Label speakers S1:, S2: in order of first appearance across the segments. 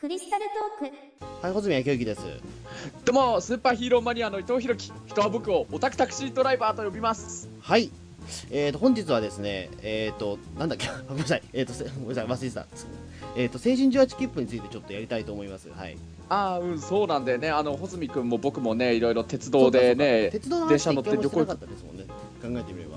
S1: クリスタルトーク
S2: はい、穂積明之です。
S3: どうもスーパーヒーローマニアの伊藤弘樹人は僕をオタクタクシードライバーと呼びます
S2: はい。えー、と、本日はですね、えー、と、なんだっけ、 ごめんなさい。えー、と、せごめんなさい、忘れてた。えー、と、青春18切符についてちょっとやりたいと思います。はい。
S3: ああうんそうなんだよねあの穂積君も僕もねいろいろ鉄道でね
S2: 鉄道の話
S3: 電車乗って
S2: 一回も
S3: 旅
S2: してな
S3: 行
S2: かったですもんね。考えてみれ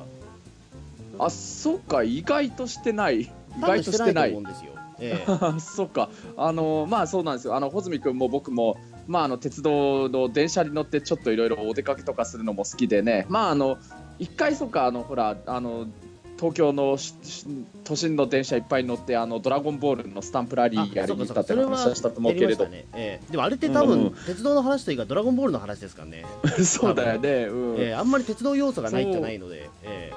S2: ば。
S3: あそうか意外としてない意
S2: 意
S3: 外としてない
S2: と思うんですよ。え
S3: あそうかあのまあそうなんですよあの穂積君も僕もまああの鉄道の電車に乗ってちょっといろいろお出かけとかするのも好きでねまああの一回そうかあのほらあの東京のしし都心の電車いっぱい乗ってあのドラゴンボールのスタンプラリ
S2: ー
S3: ーやりに行った
S2: あ
S3: って
S2: それは
S3: 話はしたと思うけれど
S2: やりましたねええでもあれって多分、
S3: うん
S2: 鉄道の話というかドラゴンボールの話ですからね、
S3: そうだよね、うん
S2: ええあんまり鉄道要素がないじゃないので、え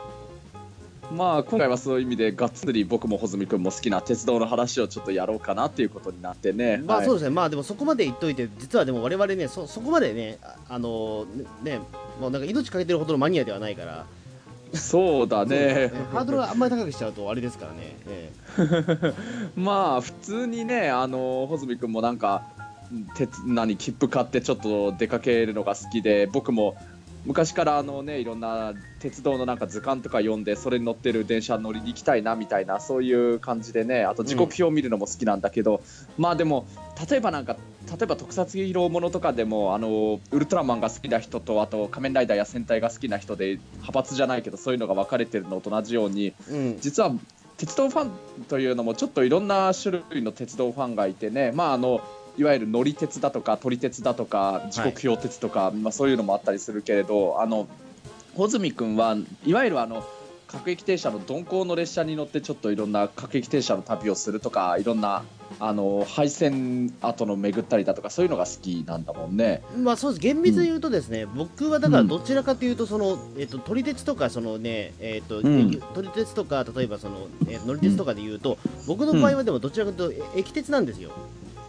S3: まあ今回はそういう意味でがっつり僕も穂積君も好きな鉄道の話をちょっとやろうかなっていうことになってね
S2: えまあ
S3: はい
S2: そうですね、まあでもそこまで言っといて実はでも我々ねそそこまでねああのねもうなんか命かけてるほどのマニアではないから
S3: そうだね
S2: そうハードルがあんまり高くしちゃうとあれですからね、え
S3: まあ普通にねあの穂積君もなんか鉄何切符買ってちょっと出かけるのが好きで僕も昔からあのねいろんな鉄道のなんか図鑑とか読んでそれに乗ってる電車乗りに行きたいなみたいなそういう感じでねあと時刻表を見るのも好きなんだけど、まあでも例えばなんか例えば特撮ヒーローものとかでもあのウルトラマンが好きな人とあと仮面ライダーや戦隊が好きな人で派閥じゃないけどそういうのが分かれてるのと同じように
S2: えうん
S3: 実は鉄道ファンというのもちょっといろんな種類の鉄道ファンがいてね、まあ、あのいわゆる乗り鉄だとか撮り鉄だとか時刻表鉄とか、まあ、そういうのもあったりするけれどあの穂積君はいわゆるあの各駅停車の鈍行の列車に乗ってちょっといろんな各駅停車の旅をするとかいろんなあの廃線跡の巡ったりだとかそういうのが好きなんだもんね。
S2: まあそうです厳密に言うとですね、僕はだからどちらかというとその、えっと撮り鉄とかそのねえっと、
S3: うん
S2: 撮り鉄とか例えばその、えー乗り鉄とかで言うと、僕の場合はでもどちらかというとえ駅鉄なんですよ、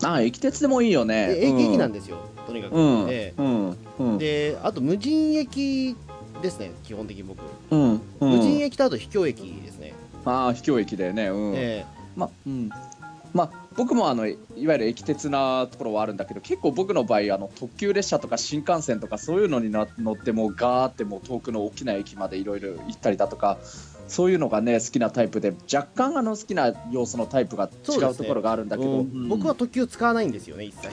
S3: あ駅鉄でもいいよ
S2: え
S3: ね。
S2: 駅駅なん
S3: で。
S2: ですよとにかく、
S3: うん。
S2: え
S3: うん。うん
S2: え。であと無人駅ですね基本的に僕、
S3: うん。うん
S2: 無人駅とあと秘境駅ですね、
S3: ああ、秘境駅だよね。うん。
S2: え
S3: まうんまあ、僕もあのいいわゆる駅鉄なところはあるんだけど結構僕の場合あの特急列車とか新幹線とかそういうのにな乗ってもうガーってもう遠くの大きな駅までいろいろ行ったりだとかそういうのがね好きなタイプで若干あの好きな要素のタイプが違
S2: そうで
S3: う
S2: すね
S3: ところがあるんだけど、
S2: うん
S3: うん
S2: 僕は特急使わないんですよね一 切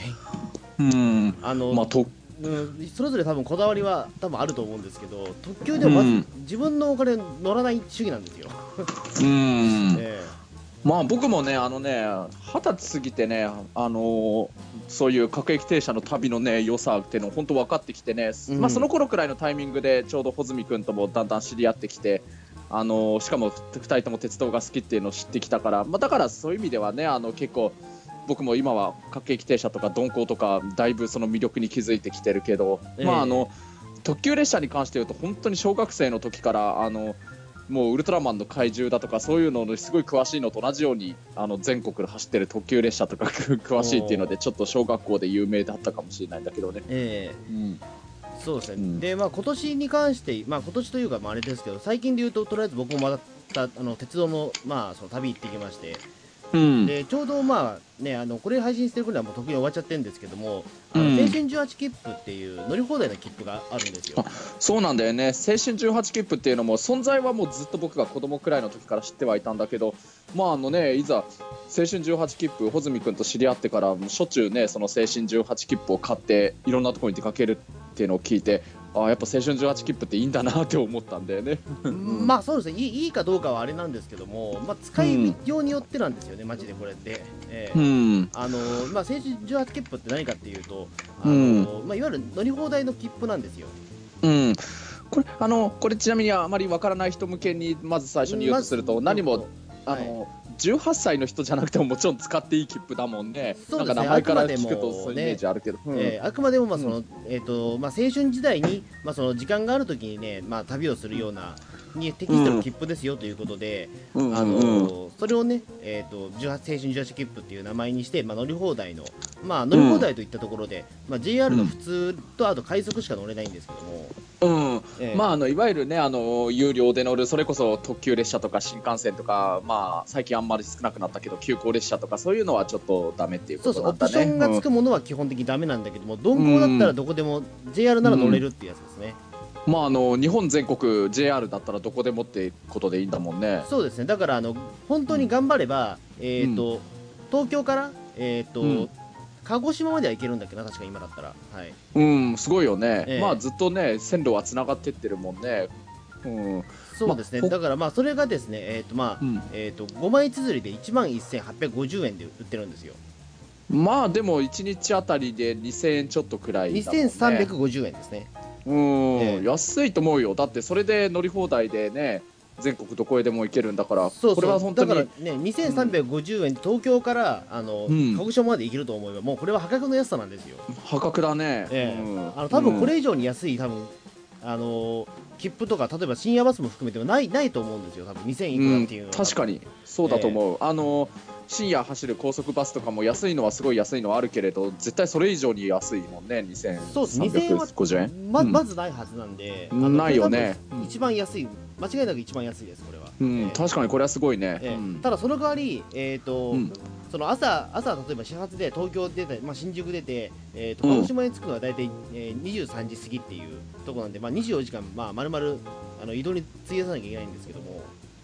S3: うん
S2: あの、
S3: まあと
S2: うん、それぞれ多分こだわりは多分あると思うんですけど特急でもまず、
S3: うん
S2: 自分のお金乗らない主義なんですよ、
S3: うん
S2: え
S3: まあ僕もね、あのね、二十歳過ぎてね、あのーそういう各駅停車の旅のね、良さっていうのを本当分かってきてね、
S2: うん
S3: まあその頃くらいのタイミングで、ちょうど穂積君ともだんだん知り合ってきて、あのーしかも二人とも鉄道が好きっていうのを知ってきたから、まあ、だからそういう意味ではね、あの結構、僕も今は各駅停車とか鈍行とか、だいぶその魅力に気づいてきてるけど、
S2: ええ
S3: まああの、特急列車に関して言うと、本当に小学生の時から、あのもうウルトラマンの怪獣だとかそういうのにすごい詳しいのと同じようにあの全国で走ってる特急列車とか 詳しいっていうのでちょっと小学校で有名だったかもしれないんだけどね。
S2: え
S3: うん、
S2: そうですね、
S3: うん
S2: でまあ今年に関してまあ今年というかまああれですけど最近で言うととりあえず僕もまたあの鉄道のまあその旅行ってきまして、
S3: うん、
S2: でちょうどまあねあのこれ配信してる頃にはもう特に終わっちゃってるんですけども、あ
S3: う
S2: の
S3: ん
S2: 青春18切符っていう乗り放題の切符があるんですよ、
S3: そうなんだよね青春18切符っていうのも存在はもうずっと僕が子供くらいの時から知ってはいたんだけどまああのねいざ青春18切符穂積君と知り合ってからもうしょっちゅうねその青春18切符を買っていろんなところに出かけるっていうのを聞いてああやっぱ青春18切符っていいんだなって思ったんだよね。
S2: まあそうですねいいいいかどうかはあれなんですけども、まあ、使いようによってなんですよね、マジでこれって、ええ
S3: うん
S2: あのまあ、青春18切符って何かっていうと、あのまあ、いわゆる乗り放題の切符なんですよ
S3: うん、これあのこれちなみにあまりわからない人向けにまず最初に言うとすると、
S2: まず
S3: 何も、
S2: はい
S3: あの18歳の人じゃなくてももちろん使っていい切符だもんね
S2: そうですね
S3: なんか名前から聞
S2: あ
S3: く
S2: くまでも
S3: とそういうイメージあるけど、うん
S2: えーあくまでもまあその、えーとまあ、青春時代に、まあ、その時間があるときに、ねまあ、旅をするようなに適してる切符ですよということで、
S3: うん
S2: あの
S3: うん
S2: それをね、えー、と18青春18切符っていう名前にして、まあ、乗り放題の、まあ、乗り放題といったところで、まあ、JR の普通とあと快速しか乗れないんですけども、
S3: うん
S2: ええ
S3: まあ、あのいわゆるねあの有料で乗るそれこそ特急列車とか新幹線とか、まあ、最近あんまり少なくなったけど急行列車とかそういうのはちょっとダメっていう
S2: そ
S3: こ
S2: うそう、
S3: とな
S2: オ
S3: ん
S2: プ
S3: だ
S2: ショ
S3: ね
S2: ンがつくものは基本的にダメなんだけども、鈍行だったらどこでも、JR なら乗れるってやつですね。
S3: うんまああの日本全国 JR だったらどこでもってことでいいんだもんね
S2: そうですね、だからあの本当に頑張れば、えーと東京から、えーと
S3: うん
S2: 鹿児島までは行けるんだっけな、確か今だったら。はい、
S3: うんすごいよね、
S2: ええ
S3: まあずっとね線路はつながってってるもんねうん、
S2: そうですね、
S3: まあほ
S2: だからまあそれがですね、えーとまあ
S3: うん
S2: えー、と5枚綴りで1万1850円で売ってるんですよ。
S3: まあでも1日あたりで2000円ちょっとくらいだもんね
S2: 2350円ですね。
S3: うん、
S2: ええ
S3: 安いと思うよだってそれで乗り放題でね全国どこへでも行けるんだから
S2: そう
S3: これ
S2: そ
S3: は
S2: う
S3: 本
S2: だか
S3: 当
S2: らね
S3: に、
S2: 2350円、東京からあの、
S3: うん
S2: 鹿児島まで行けると思えば、もうこれは破格の安さなんですよ。
S3: 破格だね、
S2: ええ
S3: うん
S2: あの多分これ以上に安い、多分あのー切符とか、例えば深夜バスも含めてもないないと思うんですよ、多分2000いくらっていうのは、
S3: 確かにそうだと思う、あの深夜走る高速バスとかも安いのはすごい安いのはあるけれど絶対それ以上に安いもんね
S2: そうです2000円は
S3: 2350円
S2: ま
S3: うん
S2: まずないはずなんで、あの
S3: ないよね
S2: これ多分一番安い、間違いなく一番安いです、これは。
S3: うん、
S2: ええ
S3: 確かにこれはすごいね、
S2: ええ
S3: うん
S2: ただその代わり、えーと
S3: うん
S2: その朝、朝例えば始発で東京出て、まあ、新宿出て、えーと
S3: うん
S2: 鹿児島に着くのは大体、えー、23時過ぎっていうとこなんで、まあ、24時間、まあ、丸々あの移動に費やさなきゃいけないんですけども、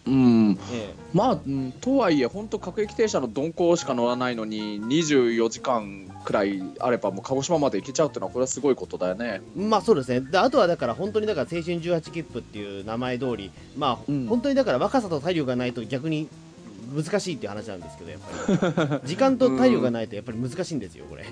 S3: うん
S2: え
S3: まあ、うんとはいえ本当各駅停車の鈍行しか乗らないのに24時間くらいあればもう鹿児島まで行けちゃうってのはこれはすごいことだよね
S2: えまあそうですねであとはだから本当にだから青春18切符っていう名前通り、まあ
S3: うん
S2: 本当にだから若さと体力がないと逆に難しいっていう話なんですけど、やっぱ り時間と体力がないとやっぱり難しいんですよ、これ。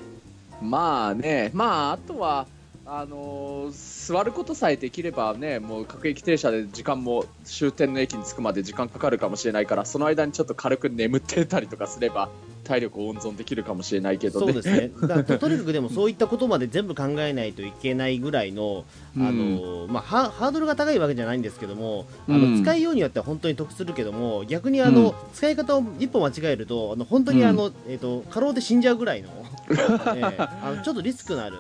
S3: まあねまああとはあのー座ることさえできればねもう各駅停車で時間も終点の駅に着くまで時間かかるかもしれないからその間にちょっと軽く眠ってたりとかすれば体力を温存できるかもしれないけど
S2: そう
S3: ね
S2: です ねだととにかくでもそういったことまで全部考えないといけないぐらいのあの、まあ、ハハードルが高いわけじゃないんですけどもあの、
S3: うん
S2: 使いようによっては本当に得するけども逆にあの、
S3: うん
S2: 使い方を一歩間違えるとあの本当にあの、えー、と過労で死んじゃうぐらいの, ええ、あのちょっとリスクのある、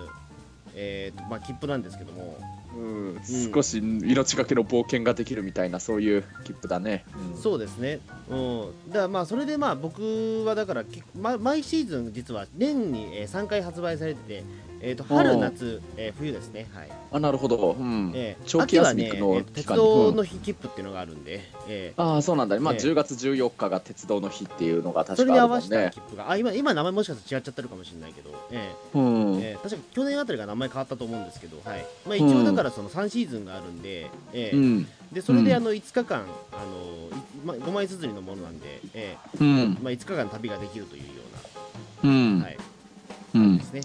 S2: えーとまあ、切符なんですけども。
S3: うん少し命がけの冒険ができるみたいなそういう切符だね、
S2: そうですね、うん、だからまあそれでまあ僕はだからき、ま、毎シーズン実は年にえー3回発売されてて、えー、と春、
S3: うん
S2: 夏、えー冬ですね、はい
S3: あなるほど、うん
S2: えー
S3: 長期休み
S2: 秋は
S3: の
S2: ねえー
S3: 期
S2: 鉄
S3: 間
S2: 道の日切符っていうのがあるんで、えー
S3: ああそうなんだね、まあ、
S2: ええ
S3: 10月14日が鉄道の日っていうのが
S2: そ
S3: 確
S2: れに
S3: か
S2: 合
S3: あるも
S2: わ
S3: ん
S2: せた
S3: ね
S2: 切符が、あ今、今、名前もしかしたら違っちゃってるかもしれないけど、え
S3: うん
S2: ーえー確か去年あたりが名前変わったと思うんですけど、はいまあ、一応だからその3シーズンがあるんで、えー
S3: うん
S2: でそれで
S3: うん
S2: あの5日間、あのいま、5枚綴りのものなんで、え
S3: うん
S2: ーまあ、5日間旅ができるというよ
S3: う
S2: うな、
S3: ん
S2: はい、
S3: うん
S2: ですね。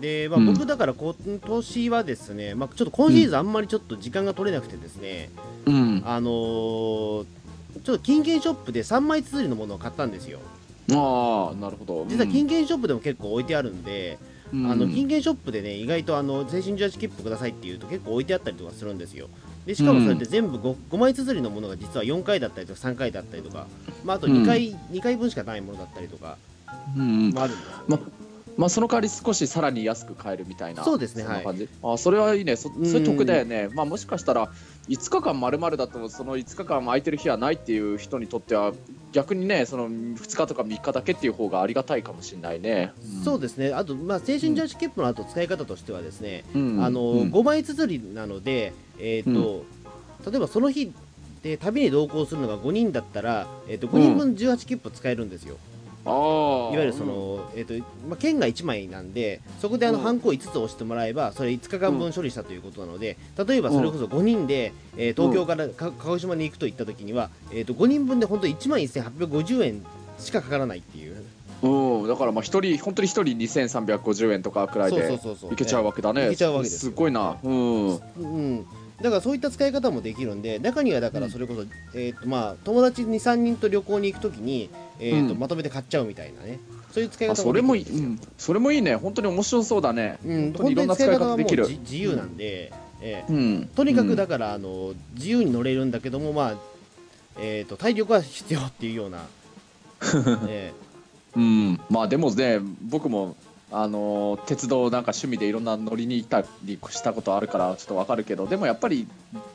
S2: で、まあ、
S3: うん
S2: 僕だからこ今年はですね、まあ、ちょっと今シーズンあんまりちょっと時間が取れなくてですね、
S3: うんあ
S2: あのーちょっと金券ショップで3枚綴りのものを買ったんですよ
S3: あなるほど
S2: 実は金券ショップでも結構置いてあるんで、
S3: うん
S2: あの金券ショップでね意外とあの青春18切符くださいっていうと結構置いてあったりとかするんですよでしかもそれって全部 5, 5枚綴りのものが実は4回だったりとか3回だったりとか、まあ、あと2回、二回分しかないものだったりとか
S3: うん
S2: もあるんですよね、
S3: ままあその代わり少しさらに安く買えるみたいな
S2: そうですね
S3: んな感じ、あそれはいいねそそれ得だよね、まあもしかしたら5日間まるまるだとその5日間空いてる日はないっていう人にとっては逆にねその2日とか3日だけっていう方がありがたいかもしれないね、
S2: そうですねあと、まあ、青春18切符の後使い方としてはですね、
S3: うん
S2: あの
S3: うん
S2: 5枚綴りなので、えーと例えばその日で旅に同行するのが5人だったら、えー、と5人分18切符使えるんですよ、
S3: ああ
S2: いわゆるその、えーとまあ、券が1枚なんでそこであの
S3: うん
S2: ハンコ5つ押してもらえばそれ5日間分処理したということなので例えばそれこそ5人で、えー東京からか鹿児島に行くといった時には、えー、と5人分で本当1万1850円しかかからないっていう
S3: うん、だからまあ一人本当に一人2350円とかくらい
S2: そうそう
S3: で
S2: そうそう
S3: いけちゃうわけだね。
S2: いけちゃうわけですよ
S3: すごいな。うん。うん
S2: うん、だからそういった使い方もできるんで中にはだからそれこそ、えーとまあ、友達23人と旅行に行くときに、えーと
S3: うん
S2: まとめて買っちゃうみたいなねそういう使い
S3: あ
S2: 方
S3: そ
S2: もでき
S3: れ
S2: る
S3: も
S2: ん
S3: い
S2: で
S3: い、
S2: す
S3: う
S2: よ。
S3: ん、それもいいね。本当に面白そうだね。
S2: うん、
S3: 本当に
S2: 本
S3: い
S2: 当
S3: ろん
S2: に
S3: な
S2: 使
S3: 使
S2: い
S3: い
S2: 方
S3: 方
S2: はもう
S3: できる。
S2: じ自由なんで、ええ
S3: うん。
S2: とにかく
S3: うん
S2: だから、あの自由に乗れるんだけども、まあえー、と体力は必 要っていうような、ええ
S3: うん、まあでもね僕もあの鉄道なんか趣味でいろんな乗りに行ったりしたことあるからちょっとわかるけどでもやっぱり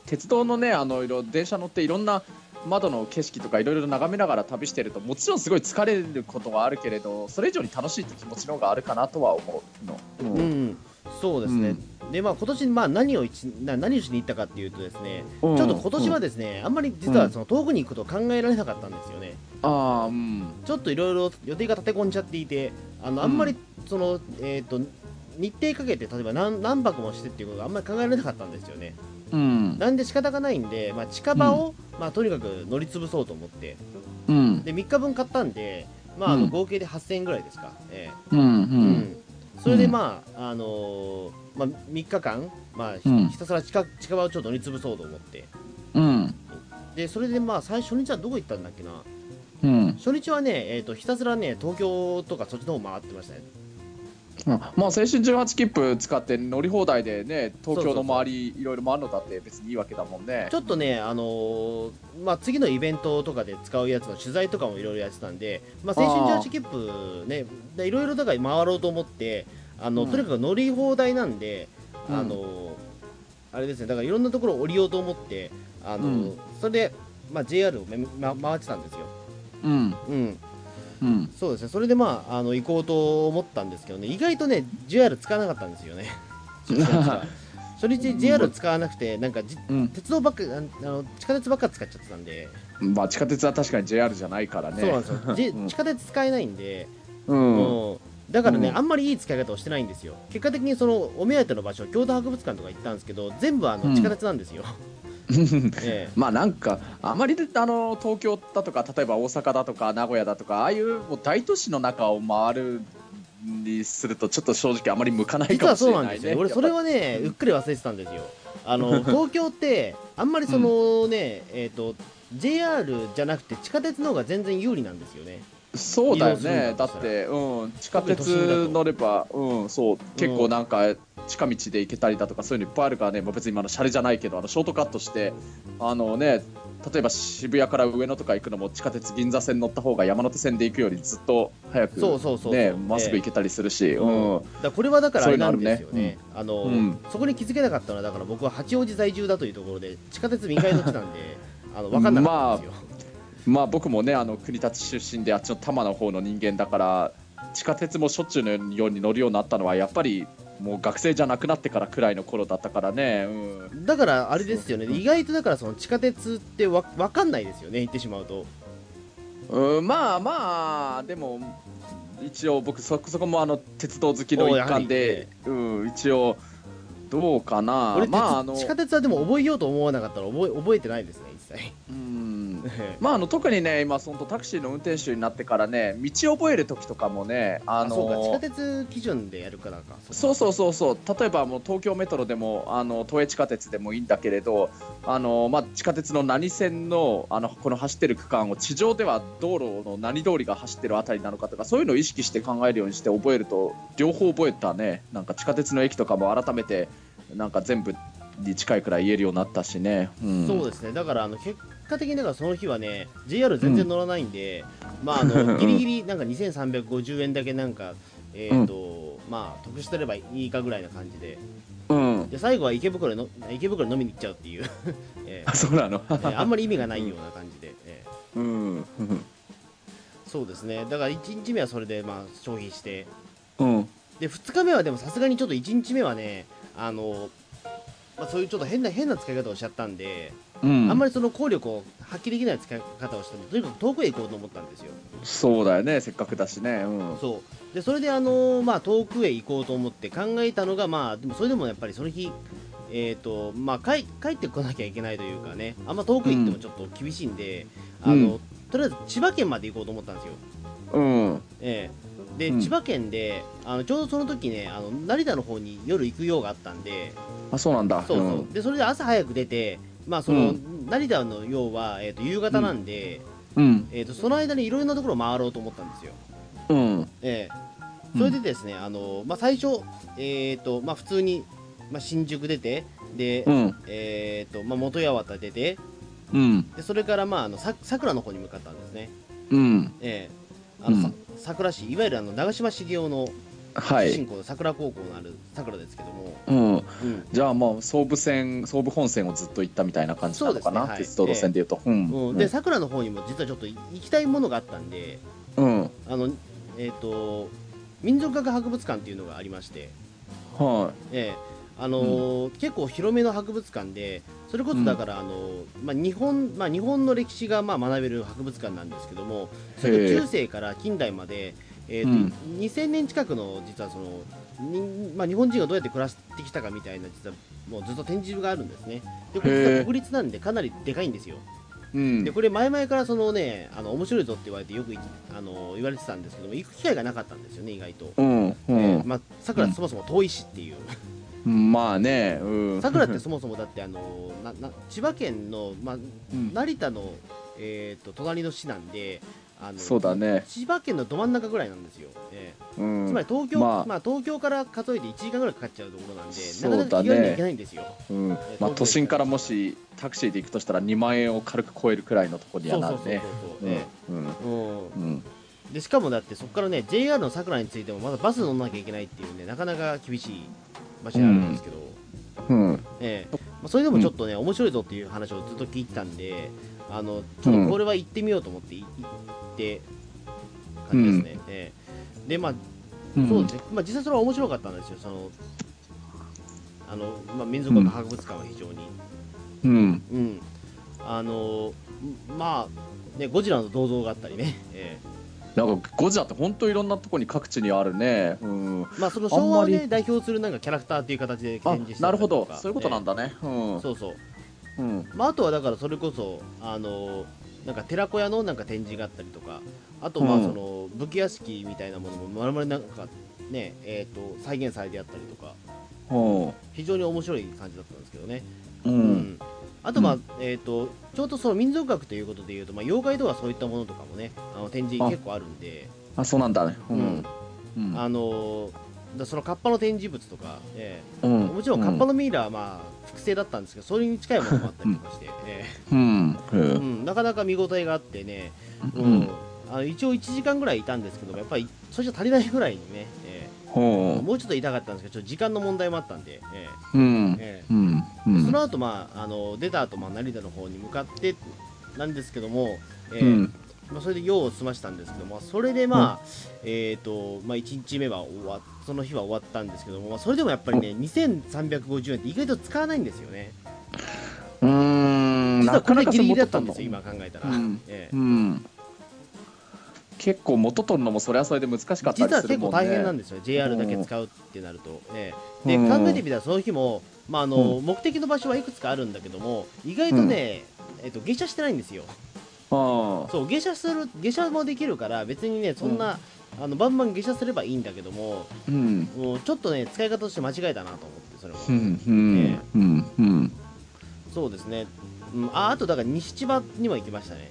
S3: 鉄道のねあのいろ電車乗っていろんな窓の景色とかいろいろ眺めながら旅してるともちろんすごい疲れることはあるけれどそれ以上に楽しいって気持ちの方があるかなとは思うの。う
S2: うんん、そうですね、でまあ今年まあ何を一な何をしに行ったかっていうとですね、
S3: うん
S2: ちょっと今年はですね、あんまり実
S3: う
S2: は
S3: ん
S2: その遠くに行くことを考えられなかったんですよね、
S3: あーうん
S2: ちょっといろいろ予定が立て込んじゃっていて、あのあんまりその、えっ、と日程かけて例えば何何泊もしてっていうことがあんまり考えられなかったんですよね。
S3: うん
S2: なんで仕方がないんで、まあ、近場を、まあ、とにかく乗り潰そうと思って
S3: うん
S2: で3日分買ったんで、まあ、あ
S3: う
S2: の
S3: ん
S2: 合計で8000円ぐらいですか、え
S3: うんう
S2: えうん
S3: ん
S2: それでまあ、あのーまあ、3日間、まあひ
S3: うん
S2: ひたすら近近場をちょっと乗り潰そうと思って
S3: うん
S2: でそれでまあ最初初日はどこ行ったんだっけな
S3: うん
S2: 初日はね、えー、とひたすらね東京とかそっちの方回ってましたね
S3: まあ青春18切符使って乗り放題でね東京の周りいろいろ回るのだって別にいいわけだもんね
S2: ちょっとね、あのーまあ、次のイベントとかで使うやつの取材とかもいろいろやってたんで、まあ、青春
S3: あー
S2: 18切符ね、いろいろだから回ろうと思って、あの
S3: うん
S2: とにかく乗り放題なんで、あのーあれですね、だからいろんなところを降りようと思って、あのー
S3: う
S2: それで、まあ、JR をめ、ま、回ってたんですよ。
S3: うん
S2: うん、
S3: うん
S2: そうですね、それでまあ、あの行こうと思ったんですけどね、意外とね、JR 使わなかったんですよ ね。初日は初日 JR 使わなくて、なんかじ
S3: うん
S2: 鉄道ばっかあの地下鉄ばっか使っちゃってたんで、
S3: まあ地下鉄は確かに JR じゃないからね
S2: そうなんです よじ
S3: うん
S2: 地下鉄使えないんで、
S3: うん
S2: もうだからね、
S3: うん
S2: あんまりいい使い方をしてないんですよ結果的にそのお目当ての場所京都博物館とか行ったんですけど全部あ
S3: う
S2: の
S3: ん
S2: 地下鉄なんです よ、ええ
S3: まあなんかあまりであの東京だとか例えば大阪だとか名古屋だとかああいうもう大都市の中を回るにするとちょっと正直あまり向かない
S2: 実
S3: かも
S2: は
S3: し
S2: そう
S3: れ
S2: なん
S3: な
S2: で
S3: い
S2: すよ、
S3: ね
S2: 俺それはねうっくり忘れてたんですよあの 東京ってあんまりそのね、えっ、と JR じゃなくて地下鉄の方が全然有利なんですよね
S3: そうだよ
S2: 移
S3: ね
S2: 動
S3: だ
S2: する
S3: って、うん、地下
S2: 特に都心だ
S3: 鉄
S2: と
S3: 乗れば、うん、そう結構なんか近道で行けたりだとかそういうのいっぱいあるからね、まあ、別に今のシャレじゃないけどあのショートカットしてあのね例えば渋谷から上野とか行くのも地下鉄銀座線乗った方が山手線で行くよりずっと早く
S2: そうそうそうそう
S3: ねまっすぐ行けたりするし、うん
S2: だからこれはだからあれなんですよ
S3: そういう
S2: ねあの、
S3: うん
S2: そこに気づけなかったのはだから僕は八王子在住だというところで地下鉄未開の地なんで あの分かんなかったんですよ、
S3: まあ僕もねあの国立出身であっちの多摩の方の人間だから地下鉄もしょっちゅうのように乗るようになったのはやっぱりもう学生じゃなくなってからくらいの頃だったからね、うん、
S2: だからあれですよね、
S3: そう
S2: 意外とだからその地下鉄ってわ分かんないですよね、行ってしまうと。
S3: うんまあまあでも一応僕そこそこもあの鉄道好きの一環で、うん、一応どうかな
S2: 俺、
S3: まああ
S2: 鉄
S3: の
S2: 地下鉄はでも覚えようと思わなかったら覚え覚えてないですね、一切。
S3: うんまああの特にね今そのタクシーの運転手になってからね道を覚える時とかもね あ
S2: あ
S3: の
S2: そうか、地下鉄基準でやるからか。
S3: そ
S2: そ
S3: うそうそうそう例えばもう東京メトロでもあの都営地下鉄でもいいんだけれどあの、まあ、地下鉄の何線のあのこの走ってる区間を地上では道路の何通りが走ってるあたりなのかとかそういうのを意識して考えるようにして覚えると両方覚えたねなんか地下鉄の駅とかも改めてなんか全部に近いくらい言えるようになったしね。うん、
S2: うそうですね、だからあの結果的にだからその日はね、JR 全然乗らないんで、まああのギリギリなんか2350円だけなんか、えっ、と、まあ得してればいいかぐらいな感じで、
S3: うん、
S2: で最後は池袋の池袋飲みに行っちゃうっていう、 ええ
S3: そうなの、
S2: ええあんまり意味がないような感じで。ええ
S3: うんうん
S2: そうですねだから1日目はそれでまあ消費して
S3: うん
S2: で2日目はでもさすがにちょっと1日目はねあの、まあ、そういうちょっと変な変な使い方をしちゃったんで、
S3: うん、
S2: あんまりその効力を発揮できない使い方をしたんでとにかく遠くへ行こうと思ったんですよ
S3: そうだよねせっかくだしね。うん
S2: そうでそれであのまあ遠くへ行こうと思って考えたのがまあでもそれでもやっぱりその日えーとまあ、帰帰ってこなきゃいけないというかねあんま遠く行ってもちょっと厳しいんで、
S3: うん
S2: あ
S3: う
S2: のとりあえず千葉県まで行こうと思ったんですよ
S3: うん
S2: ええ、で、
S3: うん
S2: 千葉県であのちょうどその時ねあの成田の方に夜行く用があったんで
S3: あそうなんだ。
S2: そうそう、
S3: うん
S2: でそれで朝早く出てまあその、
S3: う
S2: 成田の用は、えー、と夕方なんで、
S3: うん
S2: えー、とその間にいろいろなところを回ろうと思ったんですよ、
S3: うん
S2: ええ、それでですね、あのまあ、最初、えーとまあ、普通に、まあ、新宿出てで、
S3: うん
S2: えーとまあ、元八幡出て
S3: うん
S2: でそれから、まあ、あのさ桜の方に向かったんですね、
S3: うん
S2: ええあのさ
S3: うん
S2: 桜市いわゆるあの長嶋茂雄の
S3: はい
S2: 新校の桜高校のある桜ですけども、
S3: うん、
S2: うん
S3: じゃあまあ総武線総武本線をずっと行ったみたいな感じなのか
S2: そうです
S3: な、
S2: ねはい
S3: 鉄道路線でいうと、うん
S2: うんで桜の方にも実はちょっと行きたいものがあったんで
S3: うん、はい、
S2: あのえっ、と民族学博物館っていうのがありまして、ええあのー結構広めの博物館でそれこそだから、あのーまあ、日本まあ日本の歴史がまあ学べる博物館なんですけどもそれ
S3: へえ
S2: 中世から近代まで、えーと
S3: うん
S2: 2000年近くの実はそのにまあ、日本人がどうやって暮らしてきたかみたいな実はもうずっと展示があるんですね。でこれ実
S3: へ
S2: は
S3: え
S2: 国立なんでかなりでかいんですよ。
S3: うん
S2: でこれ前々からそのねあの面白いぞって言われてよくいあの言われてたんですけども行く機会がなかったんですよね意外と。
S3: うんう
S2: え
S3: ん
S2: ーまあ、桜そもそも遠いしっていう、
S3: まあね、 うん、
S2: 桜ってそもそもだってあのなな千葉県の、まあ、
S3: うん
S2: 成田の、えー、と隣の市なんであの
S3: そうだね、
S2: 千葉県のど真ん中ぐらいなんですよ、え
S3: う
S2: ー
S3: ん、
S2: つまり東京、
S3: ま
S2: ま
S3: あ
S2: あ東京から数えて1時間ぐらいかかっちゃうところなんで、
S3: そう
S2: な
S3: だね
S2: かなか気軽に行けないんですよ
S3: うんまあ、都心からもしタクシーで行くとしたら2万円を軽く超えるくらいのところに
S2: そ
S3: は
S2: う
S3: な
S2: そう
S3: る
S2: そう
S3: ね。
S2: そう、え
S3: うん
S2: ーうん
S3: うん
S2: でしかもだってそこからね JR の桜についてもまだバス乗んなきゃいけないっていうねなかなか厳しい場所にあるんですけど、
S3: うんうん
S2: ええまあ、それでもちょっとね、面白いぞっていう話をずっと聞いてたんであのちょっとこれは行ってみようと思ってい行って感じですね、ええでまあそうですね、まあ、実際それは面白かったんですよそのあの、まあ、民族学博物館は非常に
S3: うん
S2: うん、あのまあねゴジラの銅像があったりね、ええ
S3: なんかゴジラって本当いろんなとこに各地にあるね。うん、
S2: まあその昭和を
S3: あんま
S2: ね代表するなんかキャラクターっていう形で
S3: あ
S2: 展示してた
S3: な
S2: り
S3: るほ
S2: と
S3: ど
S2: か
S3: そういうことなん
S2: だ、
S3: だね。うん
S2: ええそうそう
S3: うん
S2: まあ、あとはだからそれこそあのなんか寺子屋のなんか展示があったりとかあとまあ
S3: うん
S2: その武器屋敷みたいなものもまるまるなんかねえー、と再現されてあったりとか
S3: うん
S2: 非常に面白い感じだったんですけどね、
S3: う
S2: うんあとまあ、
S3: う
S2: えー、とちょうどその民族学ということでいうと、まあ、妖怪とかそういったものとかもねあの展示
S3: あ
S2: 結構あるんで
S3: あそうなんだね。うんうん
S2: あのだそのカッパの展示物とか、え
S3: うん
S2: えもちろんカッパ
S3: の
S2: のミイラはまあ複製だったんですけどそれに近いものもあったりとかして、え
S3: うんう
S2: えうんん、なかなか見応えがあってね
S3: う
S2: うん
S3: ん
S2: あの一応1時間ぐらいいたんですけどもやっぱりそれじゃ足りないぐらいにね、え
S3: う
S2: ー
S3: ん
S2: もうちょっといたかったんですけどちょっと時間の問題もあったんで、え
S3: うん
S2: ーえ
S3: うんう
S2: ーそ
S3: ん
S2: の後、まああの出た後、まあ成田の方に向かってなんですけども、えー
S3: うん
S2: まあ、それで用を済ましたんですけどもそれでまあ、えーとまあ、1日目は終わその日は終わったんですけども、まあ、それでもやっぱりね2350円って意外と使わないんですよね
S3: うん
S2: 実はこれ
S3: なかなか
S2: ギリギリだったん
S3: そ
S2: で
S3: う
S2: すよ今考えたら、
S3: うん
S2: え
S3: う
S2: ー
S3: ん、結構元取るのもそれはそれで難しかったりす
S2: 実
S3: るもんね
S2: は結構大変なん
S3: で
S2: ですよ JR だけ使うってなると、ええで
S3: うん
S2: 考えてみたらその日も、まああの目的の場所はいくつかあるんだけども意外とね、えっと下車してないんですよ
S3: あ
S2: そう下車する下車もできるから別にねそんな、あのバンバン下車すればいいんだけども
S3: あうん
S2: もうちょっとね使い方として間違えたなと思ってそれも、
S3: うんうんうんうん
S2: そうですね、うん、ああとだから西千葉にも行きましたね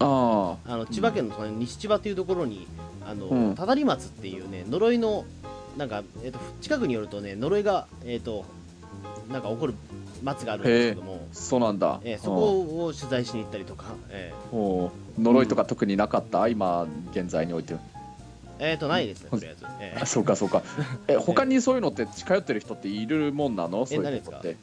S3: ああ
S2: あの千葉県の隣の西千葉というところにあの、
S3: うん
S2: ただり松っていうね呪いのなんか、えっと近くによるとね呪いが、えっとなんか起こる松があるんですけども、
S3: そうなんだ、
S2: えーそこを取材しに行ったりとか、え
S3: うんおう呪いとか特になかった今現在において
S2: ーえーとないですねとりあえず、え
S3: あそうかそうかえ他にそういうのって近寄ってる人っているもんなのそういうとこって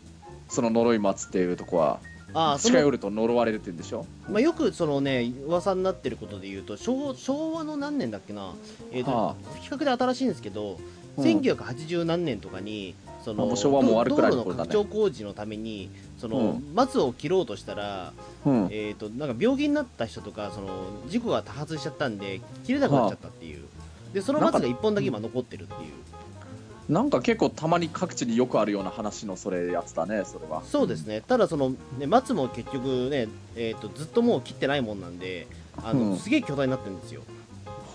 S3: その呪い松っていうとこは
S2: ーあーそ
S3: 近寄
S2: の、
S3: ると呪われるって言うんでしょ
S2: まあ、よくそのね噂になってることで言うと昭昭和の何年だっけな、えーと
S3: は
S2: 比較で新しいんですけど、
S3: うん
S2: 1980何年とかにそ
S3: あも
S2: の
S3: う昭和も終わるくらいの
S2: 道路
S3: 頃
S2: の
S3: だ
S2: 拡
S3: ね
S2: 張工事のためにその、
S3: う
S2: 松を切ろうとしたら
S3: うん
S2: えー、となんか病気になった人とかその事故が多発しちゃったんで切れなくなっちゃったっていう、でその松が1本だけ今残ってるっていう
S3: なんか結構たまに各地によくあるような話のそれやつだねそれは
S2: そうですねただその、ね、松も結局ね、えー、とずっともう切ってないもんなんであの、
S3: うん
S2: すげえ巨大になってるんですよ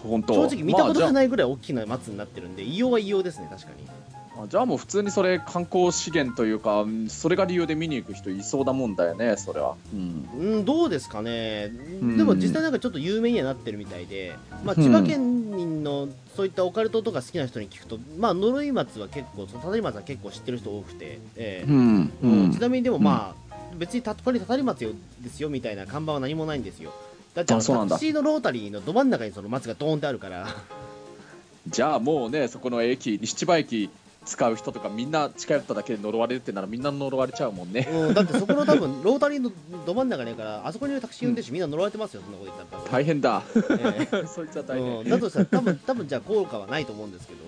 S3: 本当
S2: 正直見たことが
S3: まあ
S2: ないぐらい大きな松になってるんで異様は異様ですね確かに
S3: じゃあじゃあもう普通にそれ観光資源というかうんそれが理由で見に行く人いそうだもんだよねそれはうん
S2: うんどうですかね
S3: ん
S2: でも実際なんかちょっと有名にはなってるみたいで、まあ、
S3: うん
S2: 千葉県民のそういったオカルトとか好きな人に聞くと、まあ呪い松は結構そのたり松は結構知ってる人多くて、ええ
S3: んう
S2: うん
S3: ん
S2: ちなみにでもまあ、別にたっぷりたたり松よですよみたいな看板は何もないんですよだってあの
S3: あそうなんだ
S2: タクシーのロータリーのど真ん中にその松がドーンってあるから
S3: じゃあもうねそこの駅西千葉駅使う人とかみんな近寄っただけで呪われるってならみんな呪われち ゃうもんね
S2: うん、だってそこの多分ロータリーのど真ん中ねえからあそこにいるタクシー運転手みんな乗られてますよそんなこと言ったら多分
S3: 大変だ
S2: え
S3: そいつ
S2: え
S3: は大変
S2: うんだとしたら多分多分じゃあ効果はないと思うんですけど、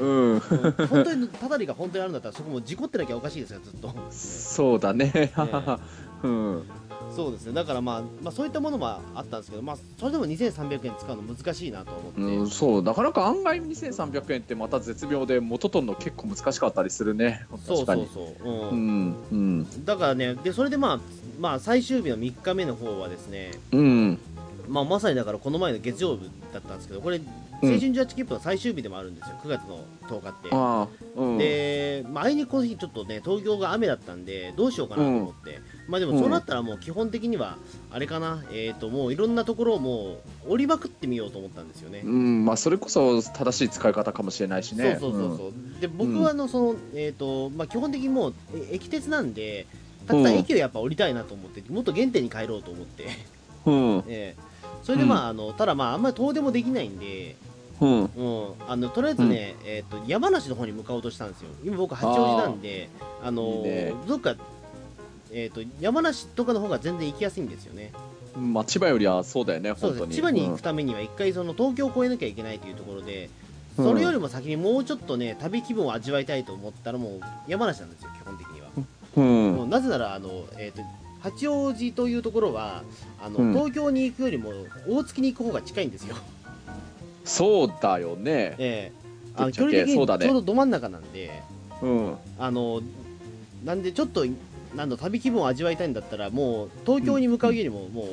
S2: え
S3: うん
S2: えうん本当にただりが本当にあるんだったらそこも事故ってなきゃおかしいですよずっと
S3: そうだね うん
S2: そうですねだから、まあ、まあそういったものもあったんですけど、まあ、それでも2300円使うの難しいなと思って、
S3: うん、そうなかなか案外2300円ってまた絶妙で元取るの結構難しかったりするね
S2: そう
S3: 確か
S2: そう
S3: に
S2: そう、うん
S3: うんうん
S2: だからねでそれで、まあ、まあ最終日の3日目の方はですね、
S3: うん
S2: まあ、まさにだからこの前の月曜日だったんですけどこれ青春18切符の最終日でもあるんですよ9月の10日って。
S3: ああうん
S2: で、まあ、あいにくこの日ちょっとね東京が雨だったんでどうしようかなと思って、まあでもそうなったらもう基本的にはあれかな、えっ、ともういろんなところをもう折りまくってみようと思ったんですよね
S3: う。んまあそれこそ正しい使い方かもしれないしね
S2: そうそうそうそう、で僕はあのその、えっ、とまあ基本的にもうえ駅鉄なんでたくさん駅をやっぱ降りたいなと思って、もっと原点に帰ろうと思って、
S3: うんうん
S2: ええそれでまあ、あのただまああんまり遠出もできないんで、
S3: う
S2: う
S3: ん
S2: ん、あのとりあえずね、えー、と山梨の方に向かおうとしたんですよ今僕八王子なんであの
S3: いいね
S2: どっか、えー、と山梨とかの方が全然行きやすいんですよね
S3: まあ、千葉よりはそうだよね、
S2: そう
S3: 本
S2: で
S3: 当
S2: す
S3: に。
S2: 千葉に行くためには一回その東京を越えなきゃいけないというところでそれよりも先にもうちょっとね旅気分を味わいたいと思ったらもう山梨なんですよ基本的には、
S3: うん、
S2: もうなぜならあの、えー、と八王子というところはあの、
S3: うん
S2: 東京に行くよりも大月に行く方が近いんですよ
S3: そうだよね。
S2: ええあ
S3: ぶ
S2: の
S3: っちゃ
S2: 距
S3: け
S2: 離的にち
S3: そ
S2: ょ
S3: う
S2: う
S3: だね
S2: どど真ん中なんで、
S3: うん、
S2: あのなんでちょっとなんだ旅気分を味わいたいんだったらもう東京に向かうよりももう、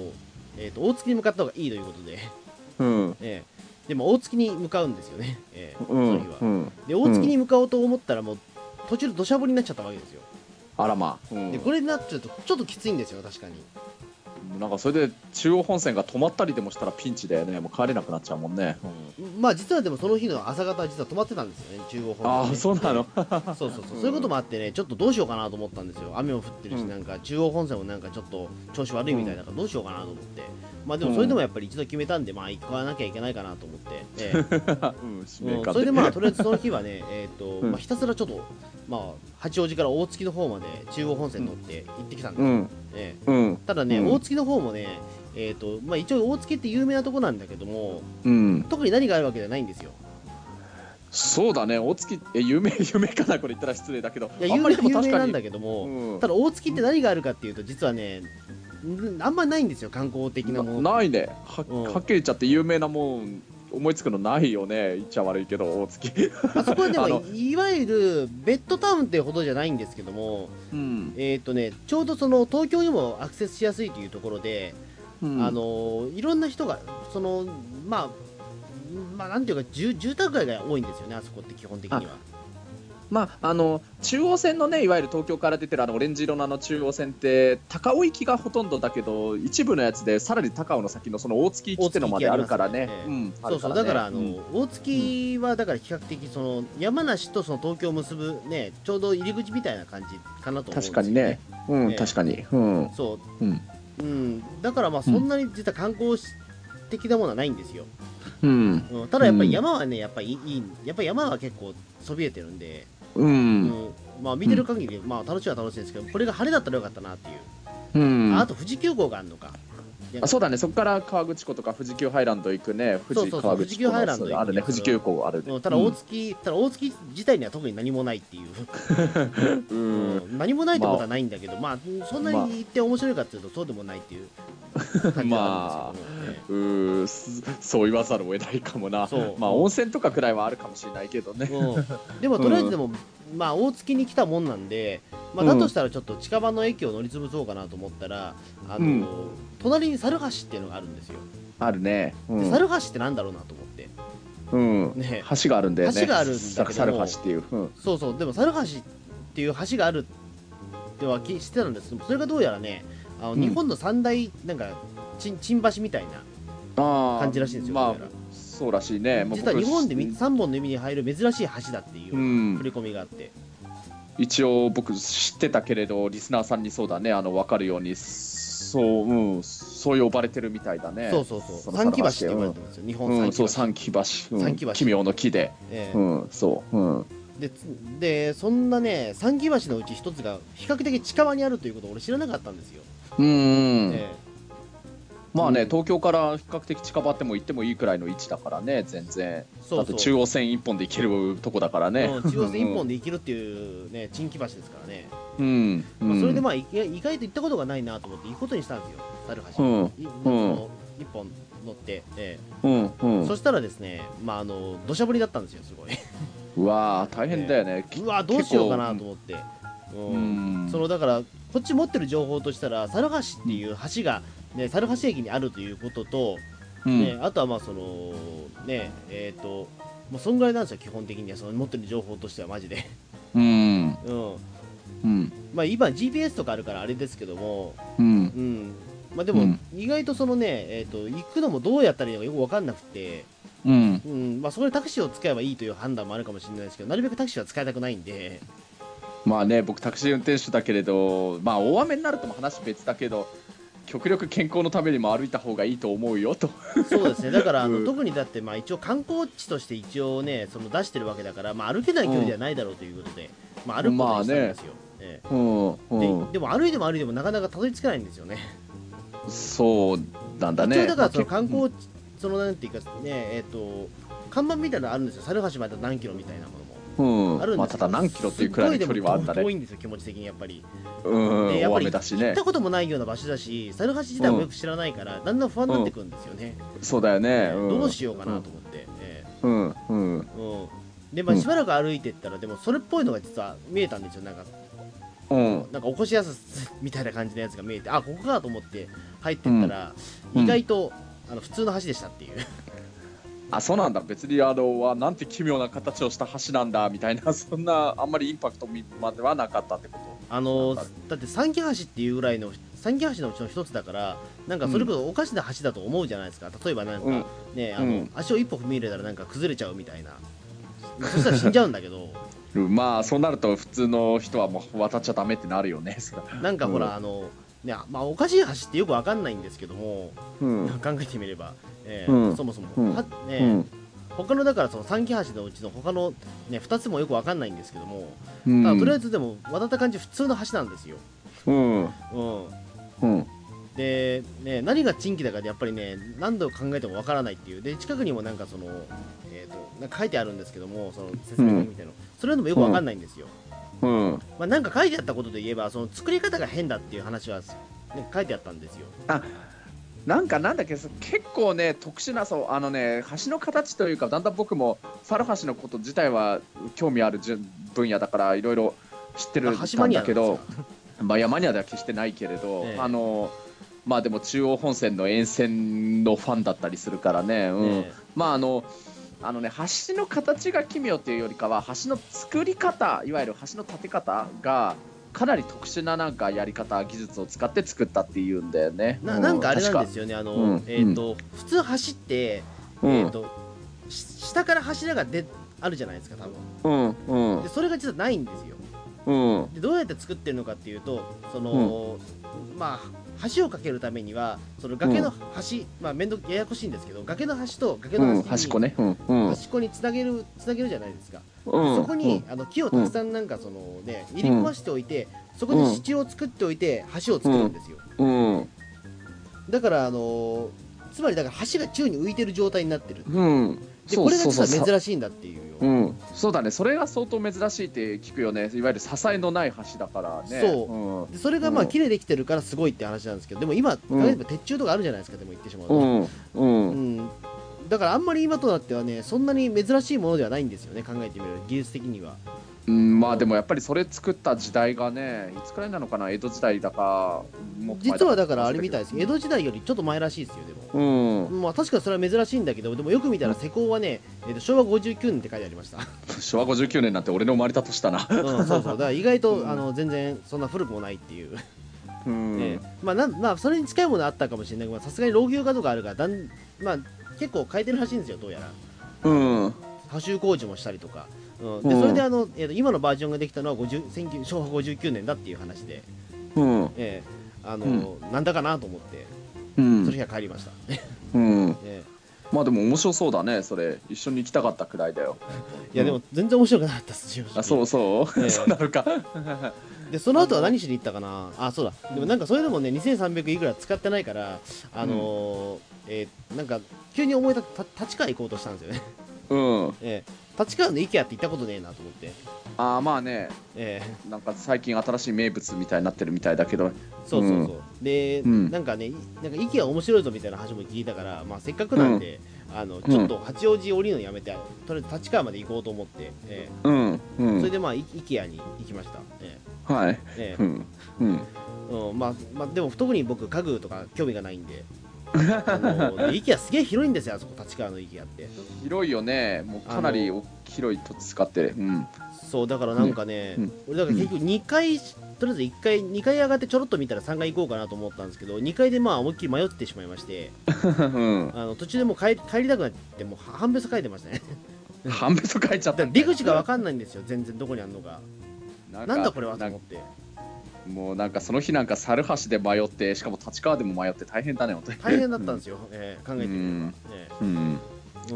S2: えー、と大月に向かった方がいいということで、
S3: うん、
S2: ええでも大月に向かうんですよね、ええ
S3: うん、
S2: その日
S3: う
S2: は
S3: ん。
S2: で大月に向かおうと思ったらもう途中で土砂降りになっちゃったわけですよ
S3: あらまあ、うん
S2: でこれになっちゃうとちょっときついんですよ確かに
S3: なんかそれで中央本線が止まったりでもしたらピンチだよね、もう帰れなくなっちゃうもんね。
S2: まあ実はでもその日の朝方は実は止まってたんですよね中央本線ね、
S3: ああ、そうなの。
S2: そうそうそう、
S3: う
S2: そ
S3: ん
S2: ういうこともあってね、ちょっとどうしようかなと思ったんですよ、雨も降ってるし、
S3: うん
S2: なんか中央本線もなんかちょっと調子悪いみたいだから、どうしようかなと思って、まあでもそれでもやっぱり一度決めたんで、まあ行かなきゃいけないかなと思って、え え
S3: うん、使
S2: う
S3: 命
S2: ん
S3: 感
S2: それでまあとりあえずその日は ね、えーと
S3: うん
S2: まあ、ひたすらちょっと、まあ、八王子から大月の方まで中央本線乗って行ってきたんです
S3: う
S2: よ、
S3: ん、
S2: ええ
S3: うん、
S2: ただね、
S3: うん
S2: 大月の方もね、えーとまあ、一応大月って有名なとこなんだけども、
S3: うん、
S2: 特に何があるわけじゃないんですよ。
S3: そうだね、大月、え、有名、有名かな、これ言ったら失礼だけど。
S2: いや有
S3: あん
S2: 名
S3: まりでも
S2: 有名
S3: 確か
S2: なん
S3: に。
S2: だけども、
S3: うん
S2: ただ大月って何があるかっていうと実はねんあんまないんですよ観光的なもの
S3: なないね、は、
S2: うん
S3: はっきり言っちゃって有名なもん、思いつくのないよね、言っちゃ悪いけど、大月。
S2: あそこはで
S3: あ
S2: も
S3: の
S2: いわゆるベッドタウンってほどじゃないんですけども
S3: うん、
S2: えっ、とねちょうどその東京にもアクセスしやすいというところで、
S3: うん
S2: あのーいろんな人がそのまあまあ、なんていうか住住宅街が多いんですよね、あそこって基本的には。
S3: まあ、あの中央線のねいわゆる東京から出てるあのオレンジ色のあの中央線って高尾行きがほとんどだけど一部のやつでさらに高尾の先のその大月行きってのまであるからね
S2: 大月行きあ。り
S3: うん
S2: そうそうだからあの、
S3: うん
S2: 大月はだから比較的その山梨とその東京を結ぶ、ね、ちょうど入り口みたいな感じかなと思うんです
S3: 確
S2: よ
S3: かにね、うん
S2: ええ
S3: 確かに、うん
S2: そう、
S3: うん
S2: うんだからまあそんなに実は観光的なものはないんですよ、
S3: うん
S2: うんただやっぱ
S3: う
S2: り
S3: ん
S2: 山はねやっぱりいいやっぱり山は結構そびえてるんで、
S3: う
S2: うんんまあ、見てる限り、まあ、楽しいは楽しいんですけどこれが晴れだったらよかったなっていう、
S3: うん
S2: ああと富士急号があるのか
S3: あそうだねそこから川口湖とか富士急ハイランド行くね富
S2: そうそ
S3: 士
S2: うそう
S3: 川口
S2: 富士急
S3: 湖の
S2: ハイランド
S3: そうだあるね
S2: 行く
S3: 富士急湖あるね、
S2: うんただ大月、ただ大月自体には特に何もないっていう、
S3: うんうん
S2: うん何もないってことはないんだけど、まあ、そんなに行って面白いかっていうとそうでもないっていう感じはあるんですけども、ええ
S3: うーすそう言わざるを得ないかもな
S2: そう
S3: まあ温泉とかくらいはあるかもしれないけどね、
S2: うん、でもとりあえずでも、まあ大月に来たもんなんで、まあ、だとしたらちょっと近場の駅を乗り潰そうかなと思ったら、あの
S3: うん
S2: 隣に猿橋っていうのがあるんですよ、
S3: あるね、う
S2: で
S3: ん、
S2: 猿橋ってなんだろうなと思って
S3: うん、
S2: ね
S3: 橋があるんだよね
S2: 橋があるんだけども
S3: 猿橋っていう、うん、
S2: そうそうでも猿橋っていう橋があるっては聞いてたんですけどそれがどうやらねあの
S3: うん
S2: 日本の三大なんかちん珍橋みたいな
S3: 感
S2: 感じらしいんですよ、
S3: ま
S2: どうや
S3: あそうらしいね
S2: ら実は日本で
S3: 見
S2: 3本の指に入る珍しい橋だっていうう振
S3: ん、
S2: り込みがあって、
S3: 一応僕知ってたけれどリスナーさんにそうだねあの分かるようにそう、うん、そう呼ばれてるみたいだね。
S2: そうそうそう
S3: の
S2: 三木橋って
S3: 皿
S2: 呼ばれ
S3: 橋
S2: てますよ日
S3: うん、う
S2: 本
S3: ん、そう、
S2: 三木
S3: 三木橋。うん
S2: 三木橋
S3: 奇妙の木で。
S2: 橋ええ
S3: うん、そう、うん。
S2: でつでそんなね三木橋のうち一つが比較的近場にあるということを俺知らなかったんですよ
S3: うん、うん
S2: え
S3: まあ
S2: う
S3: ね、
S2: ん
S3: 東京から比較的近場っても行ってもいいくらいの位置だからね、全然。
S2: えそ
S3: だ
S2: う
S3: って
S2: そう
S3: 中央線一本で行けるとこだからね。
S2: うん中央線一本で行けるっていうね珍木橋ですからね、
S3: うん。
S2: まあ、それで
S3: も
S2: まあい意外と行ったことがないなと思って行くことにしたんですよ猿
S3: う
S2: 橋、
S3: ん、
S2: いその一本乗って、え
S3: うん、う
S2: え
S3: ん
S2: そ。したらですねまああの土砂降りだったんですよす ごい
S3: うわー、大変だよね。
S2: うわどうしようかなと思ってうん
S3: うん
S2: そのだからこっち持ってる情報としたら猿橋っていう橋が、ね、猿橋駅にあるということと、
S3: うん
S2: ね、あとはまあそのねえっ、ともうそんぐらいなんですよ基本的にはその持ってる情報としてはマジで
S3: うん、
S2: うん
S3: うん、
S2: まあ今 GPS とかあるからあれですけども
S3: うん。
S2: うんまあで
S3: う
S2: も
S3: ん
S2: 意外とそのね、えっ、と行くのもどうやったらいいのかよく分かんなくて
S3: うん、
S2: うんまあそこでタクシーを使えばいいという判断もあるかもしれないですけどなるべくタクシーは使いたくないんで
S3: まあね僕タクシー運転手だけれどまあ大雨になるとも話別だけど極力健康のためにも歩いた方がいいと思うよと
S2: そうですねだ からあの、
S3: うん
S2: 特にだってまあ一応観光地として一応ねその出してるわけだから、まあ、歩けない距離ではないだろうということで、まあ、歩くことにしたんですよ、え
S3: うん、
S2: え
S3: う
S2: ででも歩いても歩いてもなかなかたどり着かないんですよね
S3: ん、そうなんだ
S2: 一
S3: ね
S2: 応だからその観光地、そのなんていうかねえっ、と看板みたいなのあるんですよ猿橋まで何キロみたいなものも
S3: うん
S2: あるん
S3: まあ、
S2: です
S3: た
S2: けど、
S3: だ何キロっていうくらいの距離はあるんだ
S2: すっごい
S3: ね
S2: 遠いんですよ気持ち的にやっぱり、
S3: うん
S2: でやっ
S3: 大
S2: ぱり
S3: 雨だし
S2: 行っ
S3: ね
S2: たこともないような場所だし猿橋自体もよく知らないから、だんだん不安になってくるんですよね、
S3: そうだよね、うん、
S2: どうしようかなと思って、ええ
S3: うんうん
S2: うん、でまあ
S3: うん
S2: しばらく歩いてったらでもそれっぽいのが実は見えたんですよなんか
S3: うん
S2: なんか起こしやすみたいな感じのやつが見えてあここかと思って入ってったら、
S3: うん
S2: 意外と、あの普通の橋でしたっていう
S3: あそうなんだ別にあのはなんて奇妙な形をした橋なんだみたいな そんなあんまりインパクトまではなかったってこと
S2: あの
S3: なんか
S2: だって三木橋っていうぐらいの三木橋のうちの一つだからなんかそれこそおかしな橋だと思うじゃないですか例えばなんか、
S3: うん
S2: ねあの、
S3: うん
S2: 足を一歩踏み入れたらなんか崩れちゃうみ たいなそしたら死んじゃうんだけど
S3: まあそうなると普通の人はもう渡っちゃダメってなるよねそれ
S2: なんかほら、
S3: うん
S2: あのねまあおかしい橋ってよくわかんないんですけども
S3: うん
S2: 考えてみれば、ええ
S3: うん
S2: そもそも、
S3: うん
S2: はねえ
S3: うん
S2: 他のだからその三木橋のうちの他のね2つもよくわかんないんですけども、
S3: う
S2: ただ
S3: ん
S2: とりあえずでも渡った感じ普通の橋なんですよ、
S3: うん
S2: う
S3: うん
S2: ん、で、ね、何が珍奇だかやっぱりね何度考えてもわからないっていうで近くにもなんかその、えー、となんか書いてあるんですけどもその説明文みたいなの、それでもよくわかんないんですよ、
S3: うん
S2: まあ、なんか書いてあったことで言えばその作り方が変だっていう話は、ね、書いてあったんですよ
S3: なんかなんだっけそ結構ね特殊なそうあのね橋の形というかだんだん僕も猿橋のこと自体は興味あるじゅ分野だからいろいろ知ってる
S2: あ橋マ
S3: ん
S2: ニア
S3: だ
S2: なんで
S3: け
S2: すよ
S3: どまあいやマニアでは決してないけれど、
S2: ええ
S3: あのまあでも中央本線の沿線のファンだったりするからねうん。
S2: ね
S3: まああのあのね橋の形が奇妙というよりかは橋の作り方いわゆる橋の立て方がかなり特殊ななんかやり方技術を使って作ったっていうんだよね。。
S2: ななんかあれなんですすよねあの、
S3: うん
S2: えっ、と普通走って
S3: 確かう
S2: え
S3: ん
S2: ー、とし下から柱がであるじゃないですか多分
S3: うんうん
S2: でそれが実はないんですよ
S3: うん
S2: でどうやって作ってるのかっていうとその、まあ橋を架けるためにはその崖の橋、まあ面倒ややこしいんですけど崖の橋と崖
S3: う
S2: の
S3: ん
S2: 橋に、
S3: 端っこね。うんうん
S2: 端っこにつなげるつなげるじゃないですか、
S3: うん
S2: そこに、あの木をたくさんなんかそのね入り込ましておいて、そこに支柱を作っておいて橋を作るんですよ、
S3: うん
S2: だからあのーつまりだから橋が宙に浮いてる状態になってる
S3: うん。
S2: でこれが実は
S3: さ
S2: 珍しいんだっていうよ
S3: うん、そうだねそれが相当珍しいって聞くよねいわゆる支えのない橋だからね
S2: そう
S3: う
S2: でそれがまあ
S3: うん
S2: 綺麗できてるからすごいって話なんですけどでも今
S3: うん
S2: 例えば鉄柱とかあるじゃないですかでも言ってしまうと、
S3: んうんう
S2: うんんだからあんまり今となってはねそんなに珍しいものではないんですよね考えてみると技術的には
S3: うん、まあでもやっぱりそれ作った時代がねいつくらいなのかな江戸時代だかもっと前
S2: 実はだからあれみたい
S3: い
S2: です江戸時代よりちょっと前らしいですよでも、
S3: うん
S2: まあ確かにそれは珍しいんだけどでもよく見たら施工はね、えーと昭和59年って書いてありました、
S3: 昭和59年なんて俺の生まれた年だな
S2: うん、 そうそうだから意外と、
S3: うん
S2: あの全然そんな古くもないっていう
S3: うん、
S2: ねまあなんまあそれに近いものあったかもしれないけどまあさすがに老朽化とかあるからだん、まあ、結構変えてるらしいんですよどうやら
S3: うん
S2: 補修工事もしたりとか、うん、で
S3: うん
S2: それであの、えーと今のバージョンができたのは50 19昭和59年だっていう話で、
S3: うん
S2: えーあの、なんだかなと思って
S3: う
S2: その日
S3: ん
S2: は帰りました、ね
S3: うんまあでも面白そうだねそれ一緒に行きたかったくらいだよ
S2: いやでも全然面白くなかったです正直
S3: あそうそう
S2: ええ
S3: そうな るか
S2: でその後は何しに行ったかなあそうだでもなんかそれでもね2300いくら使ってないからあのーえーなんか急に思い立ってた立川行こうとしたんですよね、
S3: うん
S2: えー、立川の IKEA って行ったことねえなと思って、
S3: ああまあね
S2: え
S3: なんか最近新しい名物みたいになってるみたいだけど
S2: ーそうそうそう、で、
S3: うん
S2: なんかねいなんか IKEA 面白いぞみたいな話も聞いたから、まあ、せっかくなんで、あのちょっと八王子降りるのやめてとりあえず立川まで行こうと思って、え
S3: うんう
S2: ーそれ
S3: ん
S2: でまあい IKEA に行きました、え
S3: はい
S2: ーえー
S3: うんうん
S2: うんまあまあ、でも特に僕家具とか興味がないんであ のイケアすげえ広いんですよあそこ立川のイケアって
S3: 広いよねもうかなり広い土地使ってるうん
S2: そうだからなんかね、
S3: うん
S2: 俺だから結局2階とりあえず1階2階上がってちょろっと見たら3階行こうかなと思ったんですけど2階でまあ思いっきり迷ってしまいまして
S3: うん
S2: あの途中でもう帰帰りたくなってもう半べそ書いてました ね
S3: 半分と書いち
S2: だ
S3: ゃっ
S2: か
S3: た
S2: ら出口が分かんないんですよ全然どこにあるのか
S3: な
S2: なんだこれはと
S3: なん
S2: 思っ
S3: か
S2: て
S3: もうなんかその日なんか猿橋で迷ってしかも立川でも迷って大変だね本当に
S2: 大変だったんですよ、えー考えてみれば、え
S3: うん
S2: え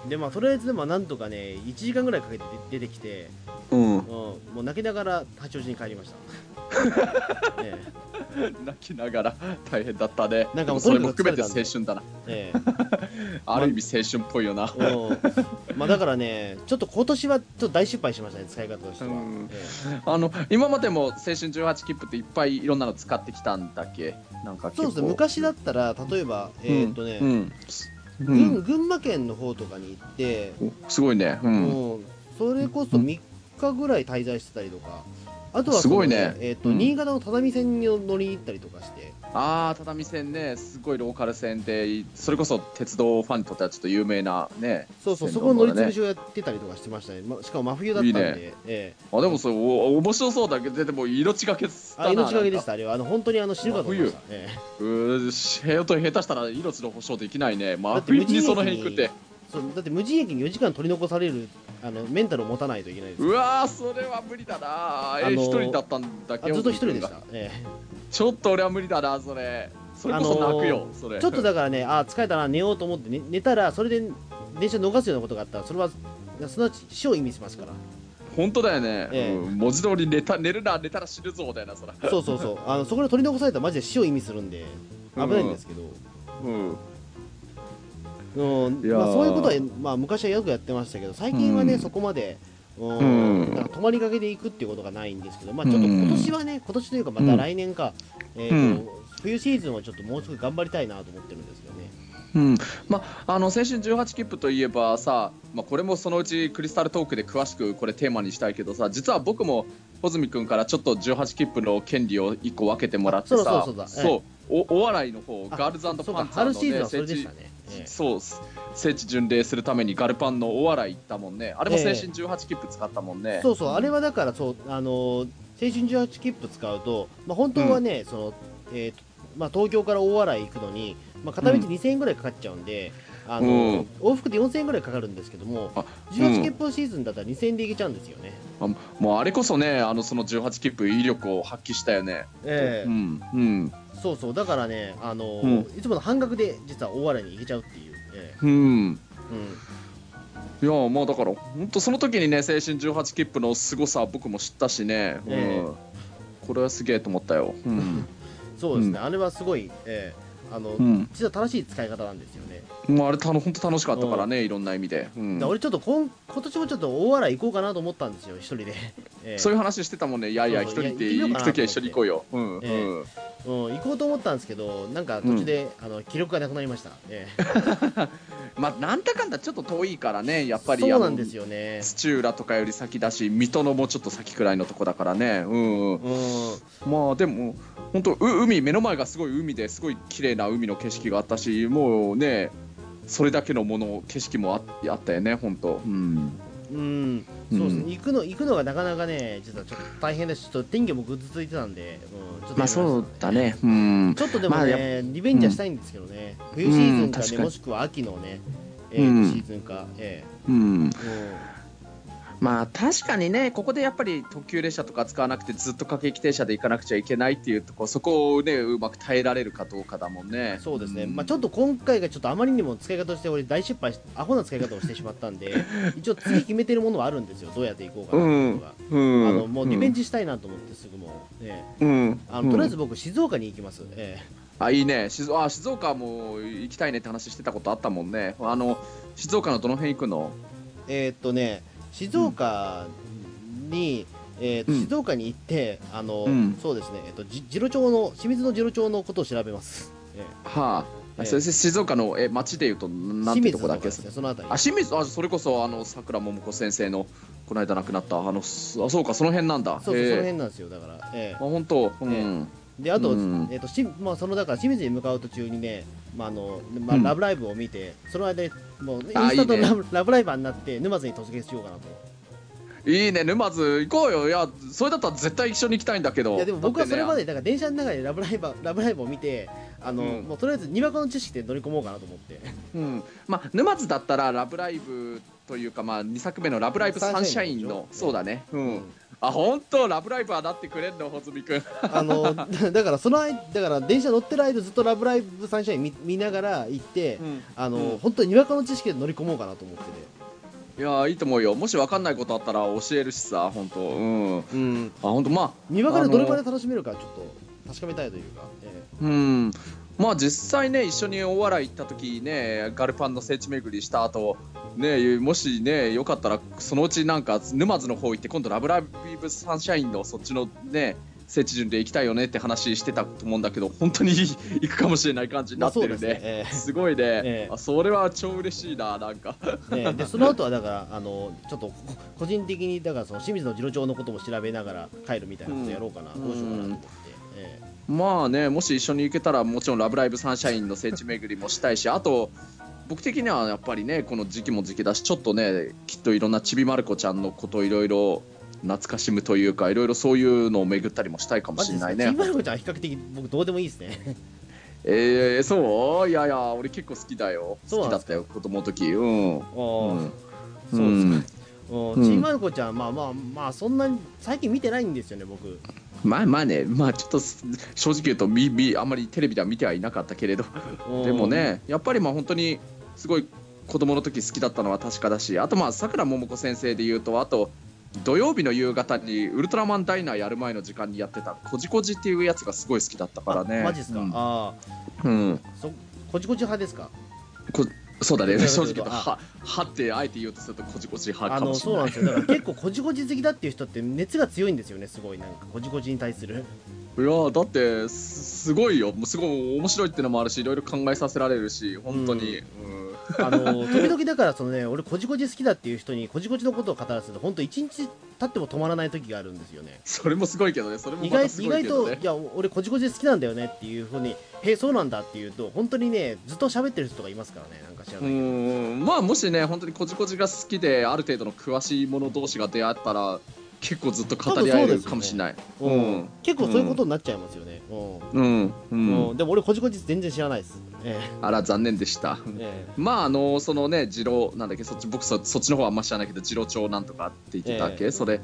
S2: うんでまあとりあえずでもなんとかね1時間ぐらいかけて出てきて
S3: うん、
S2: うん、もう泣きながら八王子に帰りま した。え
S3: 泣きながら大変だったね
S2: なんかもう
S3: それ
S2: と
S3: も
S2: にかく
S3: 含めて青
S2: 疲れ
S3: 春だな
S2: ええ
S3: ある意味青春っぽいよな
S2: えうんまあだからね、ちょっと今年はちょっと大失敗しましたね、使い方としては。
S3: うん
S2: え
S3: あの今までも青春18切符っていっぱいいろんなの使ってきたんだっけなんか
S2: え
S3: 結構
S2: そうですね、昔だったら、例えば、えーっとね、
S3: うんうん
S2: 群群馬県の方とかに行って、
S3: うんおすごいねうん、
S2: うんそれこそ3日ぐらい滞在してたりとか、あとは
S3: すごいね
S2: そのえーっと
S3: うん
S2: 新潟の只見線に乗りに行ったりとかして、
S3: ああ畳線ねすごいローカル線でそれこそ鉄道ファンにとってはちょっと有名なね
S2: そうそう、そ
S3: 線
S2: こ
S3: 路
S2: の乗り
S3: のね
S2: 潰しをやってたりとかしてましたね、ましかも真冬だったんで。
S3: いいね
S2: ええ
S3: あでもそれお面白そうだけどでも命がけっつったな
S2: あ命がけでし
S3: なんか
S2: た、あれは。あの本当にあの死ぬかと思いました。ええ
S3: うーしへと下手したら命の保証できないねま
S2: だ
S3: あ
S2: って無
S3: 冬
S2: 人
S3: に
S2: 駅に
S3: その辺行くって
S2: そうだって無人駅に4時間取り残されるあのメンタルを持たないといけないです
S3: うわーそれは無理だな
S2: あ
S3: え
S2: のー
S3: 一人だったんだ
S2: あ
S3: け
S2: ずっと一人でした、え
S3: ちょっと俺は無理だなそれそれこそ泣くよ、
S2: あの
S3: そ
S2: え
S3: れ
S2: ちょっとだからねあー疲れたな寝ようと思って寝寝たらそれで電車逃すようなことがあったらそれはすなわち死を意味しますから
S3: 本当だよね、
S2: ええ
S3: うん文字通り寝た寝るな寝たら死ぬぞみたいなそれ
S2: そうそうそうあのそこで取り残されたらマジで死を意味するんで危ないんですけど、
S3: うん
S2: うん
S3: いやー
S2: まあ、そういうことは、まあ、昔はよくやってましたけど最近はね、
S3: うん
S2: そこまで。うん
S3: うん
S2: なんか泊まりかけで行くっていうことがないんですけど、まあ、ちょっと今年はね、今年というかまた来年か、えーと冬シーズンはちょっともうすぐ頑張りたいなと思ってるんですよね。
S3: うん、まあの青春18切符といえばさ、まあ、これもそのうちクリスタルトークで詳しくこれテーマにしたいけどさ実は僕も穂積君からちょっと18切符の権利を1個分けてもらってさ
S2: あそうだそうだそう
S3: そうおお笑いの方ガールズパンツ
S2: そう
S3: ァ
S2: か
S3: ーの、ね、
S2: 春シーズンはそれ
S3: 聖
S2: で
S3: 地
S2: したね。ええ
S3: そう聖地巡礼するためにガルパンのお笑い行ったもんねあれも青春18切符使ったもんね、
S2: そうそう、あれはだからそう、あのー青春18切符使うと、まあ、本当はね、そのえーとまあ、東京から大洗行くのに、まあ、片道
S3: うん
S2: 2000円ぐらいかかっちゃうんで、あの
S3: う
S2: ー
S3: ん
S2: 往復で4000円ぐらいかかるんですけども
S3: あ、
S2: 18切符シーズンだったら2000円で行けちゃうんですよね。
S3: あもうあれこそねあのその18切符威力を発揮したよね
S2: ええ
S3: うんうん
S2: そうそう、だからね、あのーいつもの半額で実は大洗に行けちゃうっていう。ええ
S3: うん
S2: うん
S3: いやまあだから本当その時にね青春18切符の凄さは僕も知ったしね、うん
S2: え
S3: これはすげえと思ったよ、うん
S2: そうですね、
S3: う
S2: あれはすごい、ええあの
S3: うん、
S2: 実は正しい使い方なんですよね。
S3: もうあれたの本当楽しかったからねいろんな意味で、うん
S2: だから俺ちょっと今今年もちょっと大洗行こうかなと思ったんですよ、一人で。 ええ
S3: そういう話してたもんねいやいや一
S2: そうそう
S3: 人で
S2: いや
S3: 行く時は
S2: 行って
S3: 一緒
S2: み
S3: に
S2: よ
S3: 行
S2: う
S3: こうよ、うん
S2: ええ
S3: うん
S2: うん、行こうと思ったんですけど、なんか途中で、あの記録がなくなりました。ええ、
S3: まあなんだかんだちょっと遠いからねやっぱり
S2: そうなんです
S3: よ
S2: よね。
S3: 土浦とかより先だし水戸のもうちょっと先くらいのとこだからねうん、うん、
S2: うん、
S3: まあでも本当う海目の前がすごい海ですごい綺麗な海の景色があったしもうねそれだけのもの景色もああったよね本当うん
S2: うん、そうですね、
S3: うん
S2: 行くの行くのがなかなかね、実はちょっと大変だし、ちょっと天気もぐずついてたんで、うん、ちょっとやめました
S3: だねうん
S2: ちょっとでも
S3: まあ
S2: ね、
S3: や
S2: リベンジはしたいんですけどね、冬シーズンかね、
S3: 確かに
S2: もしくは秋のね、ええ
S3: うん
S2: シーズンか、え
S3: うん
S2: えうん
S3: まあ確かにねここでやっぱり特急列車とか使わなくてずっと各駅停車で行かなくちゃいけないっていうとこそこをねうまく耐えられるかどうかだもんね
S2: そうですね、
S3: ん
S2: まあ、ちょっと今回がちょっとあまりにも使い方として俺大失敗しアホな使い方をしてしまったんで一応次決めてるものはあるんですよどうやっていこうかなっていうのが、
S3: うん
S2: あのもうリベンジしたいなと思ってすぐもう、ええ
S3: うん、うん
S2: あのとりあえず僕静岡に行きます、え
S3: あいいね静あ静岡も行きたいねって話してたことあったもんねあの静岡のどの辺行くの
S2: ええーっとね静岡に、えーっと
S3: うん
S2: 静岡に行ってあの、
S3: うん
S2: そうですね、えっとじ次郎町の清水の次郎町のことを調べます、ええ
S3: はあ、
S2: ええ
S3: それ静岡のえ町でいうとな
S2: 清
S3: んて
S2: 水
S3: と
S2: と
S3: こ
S2: か
S3: だっけ
S2: ですねそのあたり
S3: あ清水あそれこそあのさくらももこ先生のこの間亡くなったあのすあそうかその辺なん
S2: そ
S3: だ
S2: うそう
S3: へえ
S2: その辺なんですよだから、ええ
S3: あ本当うん、
S2: えであと,、
S3: うん
S2: えーとしまあ、そのだから清水に向かう途中にね「まああのまあ
S3: うん
S2: ラブライブ!」を見て、その間にもうインス
S3: あ
S2: タと
S3: いいね
S2: ラブラブライバーになって沼津に突撃しようかなと
S3: いいね沼津行こうよいやそれだったら絶対一緒に行きたいんだけど
S2: いやでも僕はそれま
S3: で
S2: でだから電車の中でラブライバーラブライブを見てあの、
S3: うん
S2: もうとりあえずにわかの知識で乗り込もうかなと思 って
S3: うんまあ、沼津だったら「ラブライブ!」というか、まあ、2作目の「ラブライブサンシャインの」
S2: サンシャインでしょ
S3: そうだねう、
S2: うん
S3: あ本当ラブライブはなってくれんの穂積君
S2: あのだだからその間だから電車乗ってる間ずっと「ラブライブサンシャイン見」見ながら行って、
S3: うん
S2: あの
S3: うん
S2: 本当ににわかの知識で乗り込もうかなと思ってて、
S3: いやいいと思うよもし分かんないことあったら教えるしさ本当うんあ
S2: うん、
S3: 本当まあ
S2: にわかでどれま
S3: あ
S2: で
S3: の
S2: 楽しめるかちょっと確かめたいというか、ええ
S3: うんまあ実際ね一緒に大笑い行った時ねガルパンの聖地巡りした後ねもしねよかったらそのうちなんか沼津の方行って今度「ラブライブサンシャイン」のそっちのね聖地巡礼行きたいよねって話してたと思うんだけど本当に 行くかもしれない感じになってる
S2: まあ
S3: ね,、
S2: そうですねええ
S3: すごいね、
S2: ええ
S3: あそれは超嬉しいななんか
S2: ね、 でその後はだからあのちょっとこ個人的にだからその清水の次郎長のことも調べながら帰るみたいなことやろうかな、
S3: うん
S2: どうしようかなと思って、え
S3: まあねもし一緒に行けたらもちろん「ラブライブサンシャイン」の聖地巡りもしたいしあと僕的にはやっぱりねこの時期も時期だしちょっとねきっといろんなちびまる子ちゃんのことをいろいろ懐かしむというかいろいろそういうのを巡ったりもしたいか
S2: え
S3: もしれない
S2: ち
S3: ね
S2: びまる子ちゃんは比較的僕どうでもいいですね
S3: えー、そういやいや俺結構好きだよ
S2: そう
S3: 好
S2: な
S3: き
S2: んで
S3: だ
S2: す
S3: っ
S2: か
S3: たよ子供の時うん
S2: お
S3: う
S2: ー
S3: ん
S2: そうですか
S3: ん
S2: お
S3: う
S2: ー
S3: ん
S2: ちびまる子ちゃんまあまあまあそんなに最近見てないんですよね僕
S3: まあまあねまあちょっとす正直言うとみみあんまりテレビでは見てはいなかったけれど
S2: おー
S3: でもねやっぱりまあ本当にすごい子供の時好きだったのは確かだしあとまあさくらももこ先生で言うとあと土曜日の夕方にウルトラマンダイナーやる前の時間にやってた「こじこじ」っていうやつがすごい好きだったからね
S2: マジですか、
S3: うん
S2: あ
S3: うん
S2: あそこちこち派ですか
S3: こそうだね
S2: なるほ
S3: 正
S2: ど
S3: 直言うと「
S2: あ
S3: は」はってあえて言おうとすると「こじこじ派」
S2: あ
S3: か
S2: の
S3: もし
S2: そう
S3: れ
S2: な
S3: なんい
S2: ですよだから結構こじこじ好きだっていう人って熱が強いんですよねすごいなんかこじこじに対 する
S3: いやーだってすすごいよもうすごい面白いってのもあるしいろいろ考えさせられるし本当に、うん
S2: あの時々だからそのね俺こじこじ好きだっていう人にこじこじのことを語らせると本当一日経っても止まらない時があるんですよね
S3: それもすごいけどねそれも
S2: 意
S3: ま
S2: 外
S3: たす
S2: 意
S3: ご
S2: 外
S3: いけど
S2: と、
S3: ね
S2: いや俺こじこじ好きなんだよねっていうふうにへえそうなんだっていうと本当にねずっと喋ってる人がいますからねなんか知ら
S3: う
S2: ない、
S3: ーんまあもしね本当にこじこじが好きである程度の詳しい者同士が出会ったら結構ずっと語り合えるかもしれない
S2: うん
S3: うん
S2: 結構そういうことになっちゃいますよね、うん
S3: うんうん、
S2: うんでも俺こじこじ全然知らないですえ
S3: あら残念でした
S2: ええ
S3: まああのそのね次郎なんだっけそっち僕そそっちの方はあんま知らないけど次郎町なんとかって言ってたっけ、
S2: え
S3: それ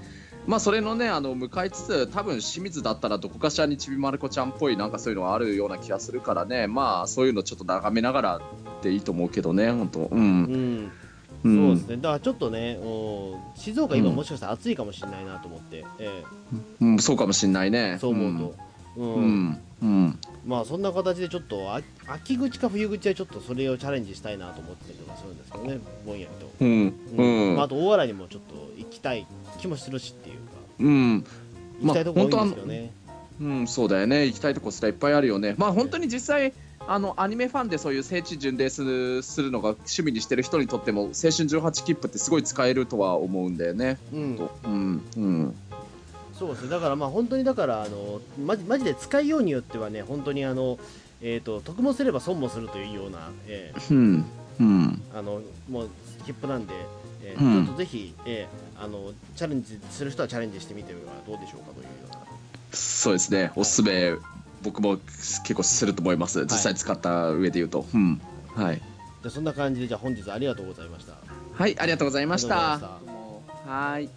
S3: まあそれのねあの向かいつつ多分清水だったらどこかしらにちびまる子ちゃんっぽいなんかそういうのはあるような気がするからねまあそういうのちょっと眺めながらでいいと思うけどね本当 うん、
S2: えうんそ
S3: ん、
S2: うですねだからちょっとねお静岡今もしかしたら暑いかもしれないなと思って、え
S3: うん、そうかもしんない
S2: え
S3: ね
S2: そう思うと、
S3: う
S2: うん
S3: んうん
S2: まあそんな形でちょっとあ秋口か冬口はちょっとそれをチャレンジしたいなと思ってたりとかするんですけどねぼんやりと、
S3: うんうん
S2: まあ、あと大洗にもちょっと行きたい気もするしっていうか
S3: うん
S2: 行きたいとこ多いん
S3: まあ
S2: ですけ
S3: 本当
S2: ど
S3: は
S2: ね、
S3: うんそうだよね行きたいとこすらいっぱいあるよねまあ本当に実際あのアニメファンでそういう聖地巡礼するするのが趣味にしてる人にとっても青春18切符ってすごい使えるとは思うんだよね
S2: うん
S3: とうんうん
S2: そうですねだからまあ本当にだからあのマジマジで使いようによってはね本当にあのえー、と得もすれば損もするというような、え
S3: うんうん
S2: ーあのもう切符なんで、えー
S3: うん
S2: ちょっとぜひ、えーあのチャレンジする人はチャレンジしてみてはどうでしょうかというような
S3: そうですねおすすめ僕も結構すると思います実際使った上で言うとうんはい
S2: じゃあそんな感じでじゃあ本日はありがとうございました
S3: はいありがとうございまし
S2: ありが
S3: た
S2: とうございま
S3: どうもはーい。